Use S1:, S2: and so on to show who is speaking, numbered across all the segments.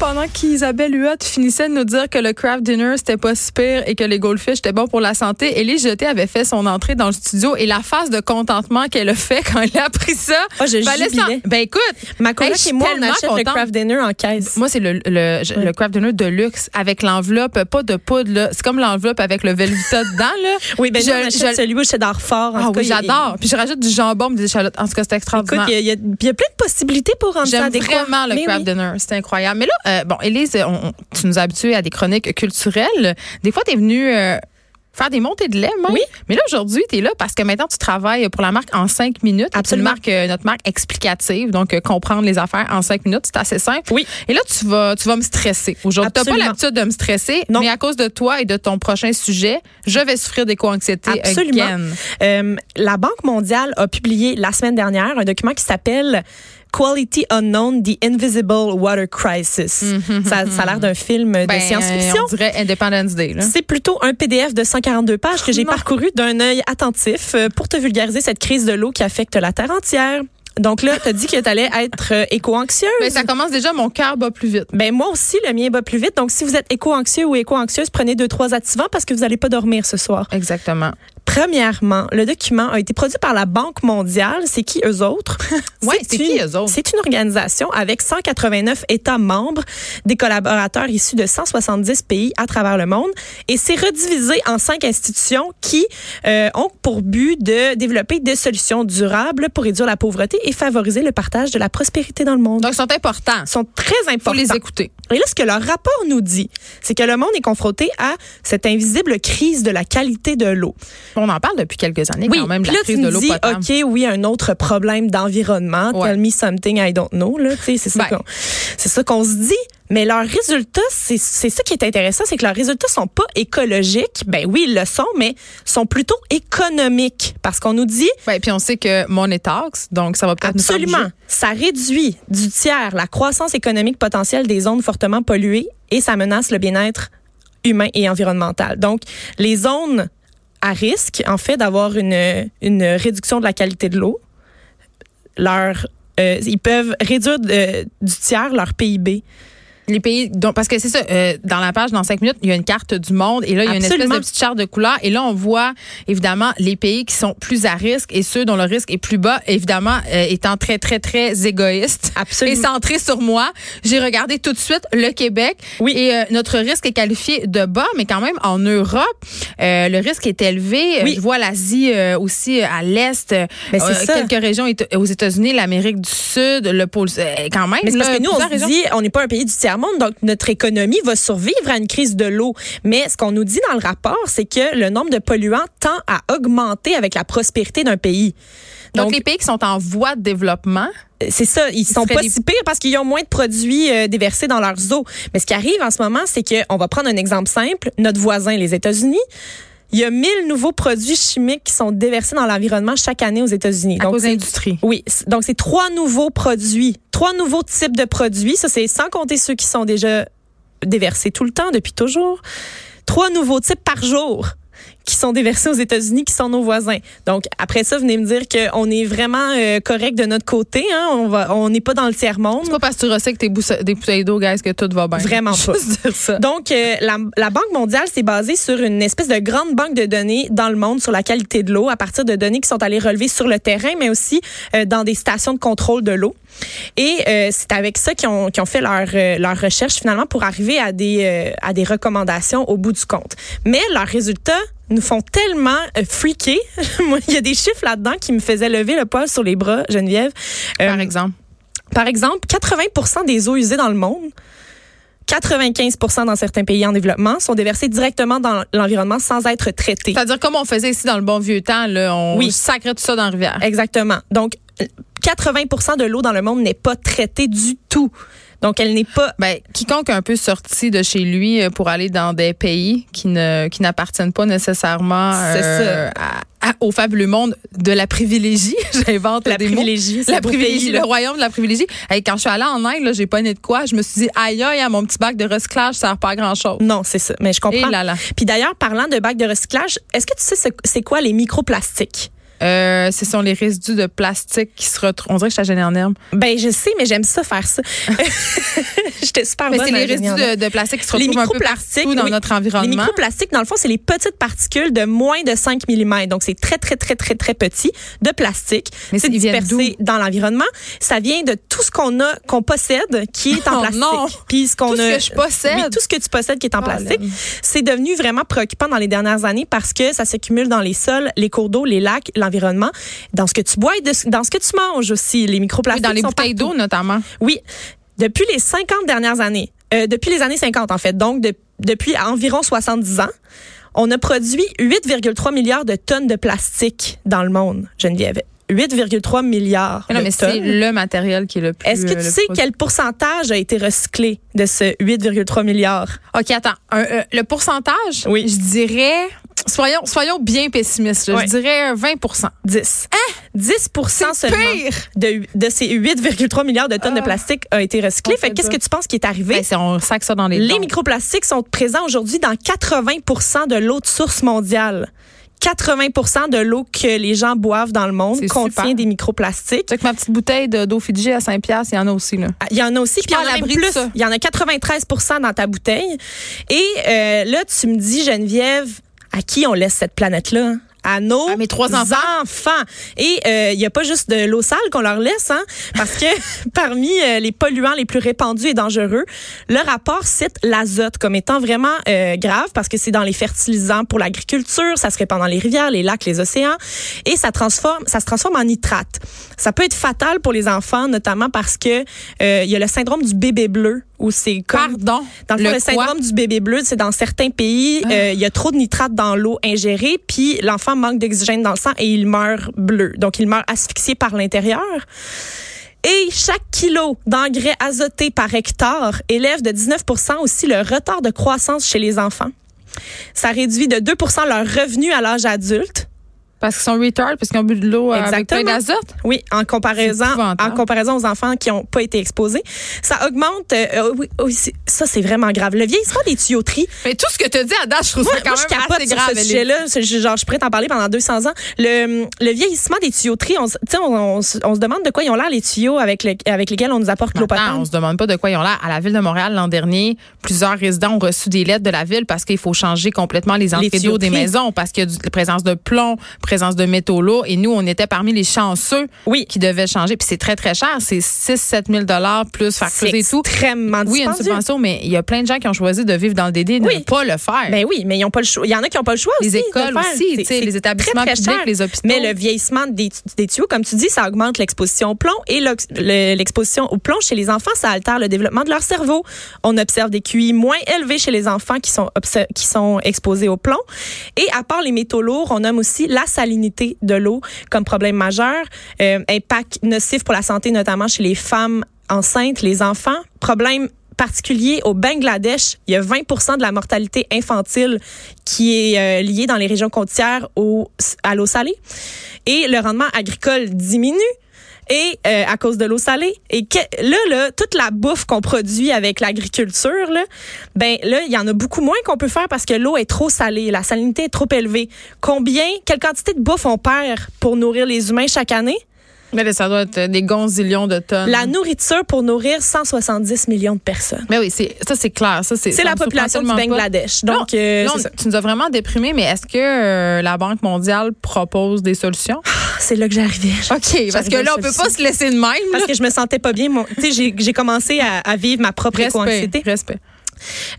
S1: pendant qu'Isabelle Huot finissait de nous dire que le craft dinner c'était pas si pire et que les goldfish étaient bons pour la santé, Élie Jeté avait fait son entrée dans le studio et la phase de contentement qu'elle a fait quand elle a appris ça.
S2: Oh, je
S1: valait
S2: jubilais.
S1: cent- Ben écoute,
S2: Ma collègue
S1: Hey, je
S2: et moi,
S1: suis
S2: on
S1: tellement
S2: achète le
S1: contente.
S2: craft dinner en caisse.
S1: moi c'est le le, je- le craft dinner de luxe avec l'enveloppe pas de poudre là, c'est comme l'enveloppe avec le Velveta dedans là.
S2: Oui, ben
S1: Je-
S2: nous, on achète
S1: je-
S2: celui au cheddar fort. En
S1: Ah
S2: tout cas,
S1: oui,
S2: il y a-
S1: j'adore. Puis je rajoute du jambon, des échalotes. En tout cas, c'est
S2: Écoute,
S1: extraordinaire.
S2: il y, a- il y a il y a plein de possibilités pour rendre ça
S1: J'aime
S2: adéquat.
S1: vraiment le
S2: Mais
S1: craft
S2: oui.
S1: dinner. C'est incroyable. Mais là, euh, bon, Élise, on- on- tu nous as habitués à des chroniques culturelles. Des fois, tu es venue euh, faire des montées de lait, même.
S2: Oui.
S1: Mais là, aujourd'hui, tu es là parce que maintenant, tu travailles pour la marque en cinq minutes.
S2: Absolument.
S1: Une marque, euh, notre marque explicative. Donc, euh, comprendre les affaires en cinq minutes, c'est assez simple.
S2: Oui.
S1: Et là, tu vas, tu vas me stresser. Aujourd'hui, tu pas
S2: Absolument.
S1: l'habitude de me stresser.
S2: Non.
S1: Mais à cause de toi et de ton prochain sujet, je vais souffrir d'éco-anxiété.
S2: Absolument.
S1: again.
S2: Euh, la Banque mondiale a publié la semaine dernière un document qui s'appelle Quality Unknown, The Invisible Water Crisis. ça, ça a l'air d'un film de
S1: Mm-hmm, Ben,
S2: Eh science-fiction.
S1: On dirait Independence Day. Là. Ben,
S2: C'est plutôt un PDF de 142 pages que j'ai
S1: Hein? Non.
S2: parcouru d'un œil attentif euh, pour te vulgariser cette crise de l'eau qui affecte la Terre entière. Donc là, t'as dit que t'allais être euh, éco-anxieuse.
S1: Mais Ben, ça commence déjà, mon cœur bat plus vite.
S2: Ben moi aussi, le mien va plus vite. Donc si vous êtes éco-anxieux ou éco-anxieuse, prenez deux trois activants parce que vous n'allez pas dormir ce soir.
S1: Exactement.
S2: Premièrement, le document a été produit par la Banque mondiale. C'est qui eux autres
S1: Ouais, c'est
S2: une-
S1: qui, eux autres?
S2: C'est une organisation avec 189 États membres, des collaborateurs issus de 170 pays à travers le monde, et c'est redivisé en cinq institutions qui euh, ont pour but de développer des solutions durables pour réduire la pauvreté et favoriser le partage de la prospérité dans le monde.
S1: Donc, ils sont importants.
S2: Ils sont très
S1: faut
S2: importants.
S1: les écouter.
S2: Et là, ce que leur rapport nous dit, c'est que le monde est confronté à cette invisible crise de la qualité de l'eau.
S1: On en parle depuis quelques années quand même, de
S2: puis
S1: la
S2: là,
S1: crise
S2: tu
S1: de
S2: me
S1: l'eau
S2: dis,
S1: potable.
S2: OK, oui, un autre problème d'environnement.
S1: Ouais.
S2: Tell me something I don't know. Là, Tu sais, c'est ça
S1: Ben.
S2: qu'on c'est ça qu'on se dit. Mais leurs résultats, c'est c'est ça qui est intéressant, c'est que leurs résultats sont pas écologiques. Ben oui, ils le sont, mais sont plutôt économiques. Parce qu'on nous dit,
S1: Ouais, puis on sait que mon est taxe, donc ça va peut-être nous faire
S2: Absolument.
S1: bouger.
S2: Ça réduit du tiers la croissance économique potentielle des zones fortement polluées et ça menace le bien-être humain et environnemental. Donc, les zones à risque, en fait, d'avoir une, une réduction de la qualité de l'eau, leur, euh, ils peuvent réduire de- du tiers leur PIB.
S1: Les pays, donc, parce que c'est ça, euh, dans la page, dans cinq minutes, il y a une carte du monde et là, il y a une espèce
S2: Absolument.
S1: de petite charte de couleurs. Et là, on voit évidemment les pays qui sont plus à risque et ceux dont le risque est plus bas, évidemment, euh, étant très, très, très égoïste
S2: Absolument.
S1: et centré sur moi. J'ai regardé tout de suite le Québec
S2: Oui.
S1: et euh, notre risque est qualifié de bas, mais quand même, en Europe, euh, le risque est élevé.
S2: Oui.
S1: Je vois l'Asie euh, aussi euh, à l'est, euh,
S2: Ben, c'est ça.
S1: quelques régions éto- aux États-Unis, l'Amérique du Sud, le pôle, euh, quand même.
S2: Mais c'est parce
S1: là,
S2: que nous, on
S1: plusieurs
S2: se
S1: régions.
S2: dit, on n'est pas un pays du tiers-monde, donc notre économie va survivre à une crise de l'eau. Mais ce qu'on nous dit dans le rapport, c'est que le nombre de polluants tend à augmenter avec la prospérité d'un pays.
S1: Donc,
S2: Donc, euh,
S1: les pays qui sont en voie de développement,
S2: c'est ça, ils sont
S1: seraient
S2: pas
S1: des-
S2: si pires parce qu'ils ont moins de produits euh, déversés dans leurs eaux. Mais ce qui arrive en ce moment, c'est que on va prendre un exemple simple, notre voisin, les États-Unis. Il y a 1000 nouveaux produits chimiques qui sont déversés dans l'environnement chaque année aux États-Unis.
S1: à
S2: Donc,
S1: cause
S2: c'est-
S1: d'industrie.
S2: oui, c- donc c'est trois nouveaux produits, trois nouveaux types de produits. Ça, c'est sans compter ceux qui sont déjà déversés tout le temps, depuis toujours. Trois nouveaux types par jour qui sont déversés aux États-Unis, qui sont nos voisins. Donc, après ça, venez me dire qu'on est vraiment euh, correct de notre côté. Hein? On va, on n'est pas dans le tiers-monde.
S1: C'est pas parce que tu recycles tes bousse- des bouteilles d'eau, guys, que tout va bien.
S2: Vraiment pas.
S1: Juste dire ça.
S2: Donc, euh, la, la Banque mondiale s'est basée sur une espèce de grande banque de données dans le monde sur la qualité de l'eau à partir de données qui sont allées relever sur le terrain, mais aussi euh, dans des stations de contrôle de l'eau. Et euh, c'est avec ça qu'ils ont, qu'ils ont fait leur, euh, leur recherche finalement pour arriver à des, euh, à des recommandations au bout du compte. Mais leurs résultats nous font tellement euh, freaker. Moi, Il y a des chiffres là-dedans qui me faisaient lever le poil sur les bras, Geneviève. Euh,
S1: Par exemple.
S2: par exemple, 80 des eaux usées dans le monde, 95 dans certains pays en développement, sont déversées directement dans l'environnement sans être traitées.
S1: C'est-à-dire, comme on faisait ici dans le bon vieux temps, là, on
S2: Oui.
S1: sacrait tout ça dans la rivière.
S2: Exactement. Donc, euh, 80 de l'eau dans le monde n'est pas traitée du tout. Donc, elle n'est pas
S1: Ben, quiconque un peu sorti de chez lui euh, pour aller dans des pays qui ne qui n'appartiennent pas nécessairement
S2: C'est
S1: euh, à- à- au fabuleux monde de la privilégie, j'invente
S2: la
S1: des mots.
S2: privilégiée. ce
S1: La
S2: beau
S1: privilégie,
S2: pays,
S1: le
S2: là.
S1: royaume de la privilégie. Hey, quand je suis allée en Inde, là, j'ai pas né de quoi. Je me suis dit, aïe, aïe, mon petit bac de recyclage, ça sert pas à grand chose.
S2: Non, c'est ça. Mais je
S1: Et
S2: comprends.
S1: là là.
S2: Puis d'ailleurs, parlant de bacs de recyclage, est-ce que tu sais ce- c'est quoi les microplastiques?
S1: Euh, ce sont les résidus de plastique qui se retrouvent. On dirait que je suis la en herbe.
S2: Ben, je sais, mais j'aime ça faire ça. J'étais super
S1: Mais
S2: bonne.
S1: c'est
S2: à
S1: les
S2: l'ingénieur.
S1: résidus de, de plastique qui se
S2: Les
S1: retrouvent un peu
S2: microplastiques,
S1: partout dans
S2: oui.
S1: notre
S2: Les
S1: environnement.
S2: microplastiques, dans le fond, c'est les petites particules de moins de 5 mm. Donc, c'est très, très, très, très, très petit de plastique.
S1: Mais
S2: c'est
S1: ils viennent
S2: dispersé dans l'environnement. Ça vient de tout ce qu'on a, qu'on possède, qui est en
S1: Oh
S2: plastique.
S1: non!
S2: Puis ce qu'on
S1: Tout ce
S2: a-
S1: que je possède.
S2: Oui, tout ce que tu possèdes qui est en
S1: Oh,
S2: plastique.
S1: l'aime.
S2: C'est devenu vraiment préoccupant dans les dernières années parce que ça s'accumule dans les sols, les cours d'eau, les lacs, l'environnement, dans ce que tu bois et de- dans ce que tu manges aussi. Les
S1: Oui,
S2: microplastiques
S1: dans les
S2: sont
S1: bouteilles
S2: partout.
S1: d'eau, notamment.
S2: Oui, depuis les 50 dernières années, euh, depuis les années 50 en fait, donc de- depuis environ 70 ans, on a produit 8,3 milliards de tonnes de plastique dans le monde, Geneviève. 8,3 milliards
S1: Mais non,
S2: de
S1: mais c'est
S2: tonnes.
S1: le matériel qui est le plus.
S2: Est-ce que
S1: euh,
S2: tu
S1: le
S2: sais
S1: plus-
S2: quel pourcentage a été recyclé de ce 8,3 milliards?
S1: OK, attends. Un, euh, le pourcentage,
S2: Oui.
S1: je dirais. Soyons, soyons bien pessimistes. là.
S2: Ouais.
S1: Je dirais euh, 20
S2: 10. 10 seulement
S1: Hein? pire! Ah!
S2: de, de ces 8,3 milliards de tonnes de plastique a été recyclé.
S1: On
S2: Fait
S1: fait
S2: que qu'est-ce
S1: ça.
S2: que tu penses qui est arrivé?
S1: Ben, c'est- on sac ça dans les
S2: Les
S1: dons.
S2: microplastiques sont présents aujourd'hui dans 80 de l'eau de source mondiale. 80 de l'eau que les gens boivent dans le monde
S1: C'est
S2: contient
S1: super.
S2: des microplastiques.
S1: Tu sais que ma petite bouteille de- d'eau Fidji à 5 piastres, il y en a aussi. Là.
S2: Ah, Il y en a aussi, puis il y en
S1: pas à
S2: a même
S1: l'abri de
S2: plus.
S1: ça.
S2: Il y en a 93 dans ta bouteille. Et euh, là, tu me dis, Geneviève, à qui on laisse cette planète-là? hein? À nos
S1: À mes trois enfants.
S2: enfants. Et euh, il n'y a pas juste de l'eau sale qu'on leur laisse, hein, parce que parmi euh, les polluants les plus répandus et dangereux, le rapport cite l'azote comme étant vraiment euh, grave parce que c'est dans les fertilisants pour l'agriculture, ça se répand dans les rivières, les lacs, les océans, et ça transforme, ça se transforme en nitrate. Ça peut être fatal pour les enfants, notamment parce que euh, il y a le syndrome du bébé bleu où c'est comme
S1: Pardon.
S2: dans le, fond, le
S1: quoi? Ah.
S2: syndrome du bébé bleu, c'est dans certains pays, euh, il y a trop de nitrate dans l'eau ingérée, puis l'enfant manque d'oxygène dans le sang et il meurt bleu. Donc, il meurt asphyxié par l'intérieur. Et chaque kilo d'engrais azoté par hectare élève de 19 aussi le retard de croissance chez les enfants. Ça réduit de 2 leur revenu à l'âge adulte.
S1: Parce qu'ils sont retard, parce qu'ils ont bu de l'eau euh, avec
S2: Exactement.
S1: plein d'azote.
S2: Oui, en comparaison,
S1: C'est épouvantable.
S2: en comparaison aux enfants qui n'ont pas été exposés. Ça augmente, euh, euh, oui, oui, c'est- ça c'est vraiment grave. Le vieillissement des tuyauteries,
S1: Mais tout ce que tu dis à Dash, je trouve ça quand
S2: moi, je
S1: même
S2: capote
S1: assez
S2: sur
S1: grave.
S2: ce
S1: elle est-
S2: sujet-là. C'est- je- Genre, je pourrais t'en parler pendant 200 ans. Le, le vieillissement des tuyauteries, on, se- tu sais, on, on se on se demande de quoi ils ont l'air, les tuyaux avec, le- avec lesquels on nous apporte l'eau
S1: Attends, on
S2: potable.
S1: se demande pas de quoi ils ont l'air. À la ville de Montréal l'an dernier, plusieurs résidents ont reçu des lettres de la ville parce qu'il faut changer complètement les entrées d'eau des
S2: tuyauteries.
S1: maisons parce qu'il y a du- présence de plomb, présence de métaux lourds et nous on était parmi les chanceux
S2: Oui.
S1: qui devaient changer puis c'est très très cher, c'est 6 7 000 dollars plus faire
S2: C'est
S1: creuser et tout.
S2: extrêmement
S1: Oui, il y a une
S2: dispendieux.
S1: subvention mais il y a plein de gens qui ont choisi de vivre dans le dédé et de
S2: Oui.
S1: ne pas le faire.
S2: Ben oui, mais ils ont pas le choix. Il y en a qui n'ont pas le choix
S1: Les
S2: aussi. de
S1: écoles
S2: le faire.
S1: aussi,
S2: C'est-
S1: tu sais,
S2: c'est
S1: les établissements
S2: très, très
S1: publics,
S2: cher.
S1: les hôpitaux.
S2: Mais le vieillissement des, des tuyaux, comme tu dis, ça augmente l'exposition au plomb et l'ox- le- l'exposition au plomb chez les enfants, ça altère le développement de leur cerveau. On observe des QI moins élevés chez les enfants qui sont, obse- qui sont exposés au plomb. Et à part les métaux lourds, on nomme aussi la salinité de l'eau comme problème majeur, Euh, impact nocif pour la santé, notamment chez les femmes enceintes, les enfants, problème particulier au Bangladesh, il y a 20 de la mortalité infantile qui est euh, liée dans les régions côtières au, à l'eau salée. Et le rendement agricole diminue. Et euh, à cause de l'eau salée. Et que, là, là, toute la bouffe qu'on produit avec l'agriculture, là, ben là, il y en a beaucoup moins qu'on peut faire parce que l'eau est trop salée, la salinité est trop élevée. Combien, quelle quantité de bouffe on perd pour nourrir les humains chaque année?
S1: Mais ça doit être des gonzillions de tonnes.
S2: La nourriture pour nourrir 170 millions de personnes.
S1: mais oui, c'est ça c'est clair, ça c'est
S2: C'est
S1: ça
S2: la
S1: me surprend
S2: population du
S1: tellement pas.
S2: Bangladesh. Donc, euh,
S1: Là, on-
S2: c'est ça.
S1: tu nous as vraiment déprimés, mais est-ce que euh, la Banque mondiale propose des solutions?
S2: C'est là que j'arrivais.
S1: OK, parce que là, on peut pas se laisser de même.
S2: Parce que je me sentais pas bien. Mon- tu sais, J'ai j'ai commencé à, à vivre ma propre
S1: respect,
S2: éco-anxiété.
S1: respect.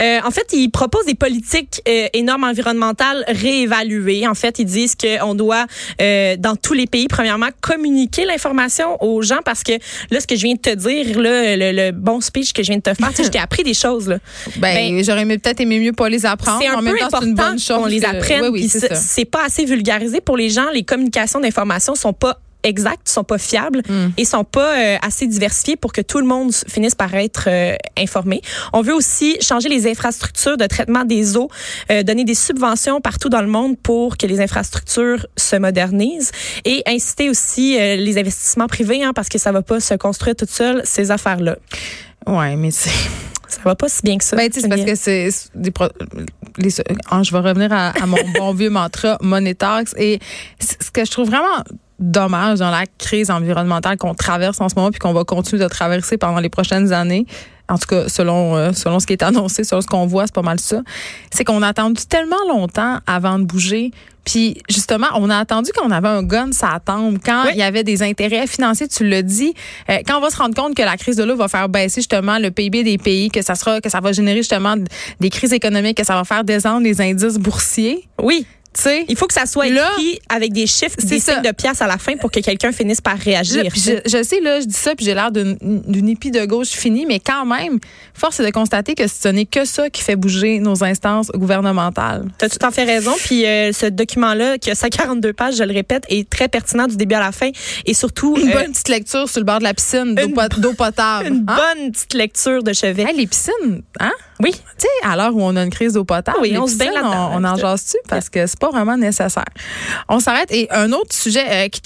S2: Euh, en fait, ils proposent des politiques euh, et normes environnementales réévaluées. En fait, ils disent qu'on doit, euh, dans tous les pays, premièrement, communiquer l'information aux gens parce que là, ce que je viens de te dire, là, le, le bon speech que je viens de te faire, tu sais, je t'ai appris des choses. là.
S1: Ben, j'aurais aimé- peut-être aimé mieux pas les apprendre.
S2: C'est
S1: mais en
S2: un peu
S1: même temps, c'est une
S2: important
S1: bonne chose.
S2: qu'on les
S1: que-
S2: apprenne.
S1: Oui, oui,
S2: puis
S1: c'est
S2: c'est
S1: ça.
S2: c'est pas assez vulgarisé pour les gens. Les communications d'information sont pas exactes, sont pas fiables
S1: Mm.
S2: et sont pas euh, assez diversifiées pour que tout le monde s- finisse par être euh, informé. On veut aussi changer les infrastructures de traitement des eaux, euh, donner des subventions partout dans le monde pour que les infrastructures se modernisent et inciter aussi euh, les investissements privés hein, parce que ça va pas se construire toute seule ces affaires-là.
S1: Ouais, mais c'est.
S2: Ça va pas si bien que ça.
S1: Ben, tu sais, c'est parce que c'est c'est des pro- les- ah, je vais revenir à, à mon bon vieux mantra monétax et c- ce que je trouve vraiment dommage dans la crise environnementale qu'on traverse en ce moment puis qu'on va continuer de traverser pendant les prochaines années. En tout cas, selon euh, selon ce qui est annoncé, selon ce qu'on voit, c'est pas mal ça. C'est qu'on a attendu tellement longtemps avant de bouger. Puis justement, on a attendu qu'on avait un gun ça tombe quand
S2: Oui.
S1: il y avait des intérêts financiers, tu le dis, euh, quand on va se rendre compte que la crise de l'eau va faire baisser justement le PIB des pays, que ça sera que ça va générer justement d- des crises économiques, que ça va faire descendre les indices boursiers,
S2: oui,
S1: tu sais.
S2: il faut que ça soit
S1: Là,
S2: écrit avec des chiffres, des
S1: ça.
S2: signes de pièces à la fin pour que quelqu'un finisse par
S1: Je,
S2: réagir.
S1: puis je- je sais, là, je dis ça, puis j'ai l'air d'une d'une hippie de gauche finie, mais quand même, force est de constater que ce n'est que ça qui fait bouger nos instances gouvernementales.
S2: T'as tout en fait raison. Puis euh, ce document-là, qui a 142 pages, je le répète, est très pertinent du début à la fin. Et surtout,
S1: Une
S2: euh,
S1: bonne petite lecture sur le bord de la piscine d'eau
S2: une
S1: pot- d'eau potable.
S2: une
S1: hein?
S2: bonne petite lecture de chevet.
S1: Hey, les piscines, hein?
S2: Oui.
S1: Tu sais, à l'heure où on a une crise d'eau potable,
S2: Ah oui,
S1: les
S2: on se baigne
S1: piscines,
S2: là-dedans,
S1: on, on en
S2: hein,
S1: jase-tu? Parce que c'est pas vraiment nécessaire. On s'arrête. Et un autre sujet euh, qui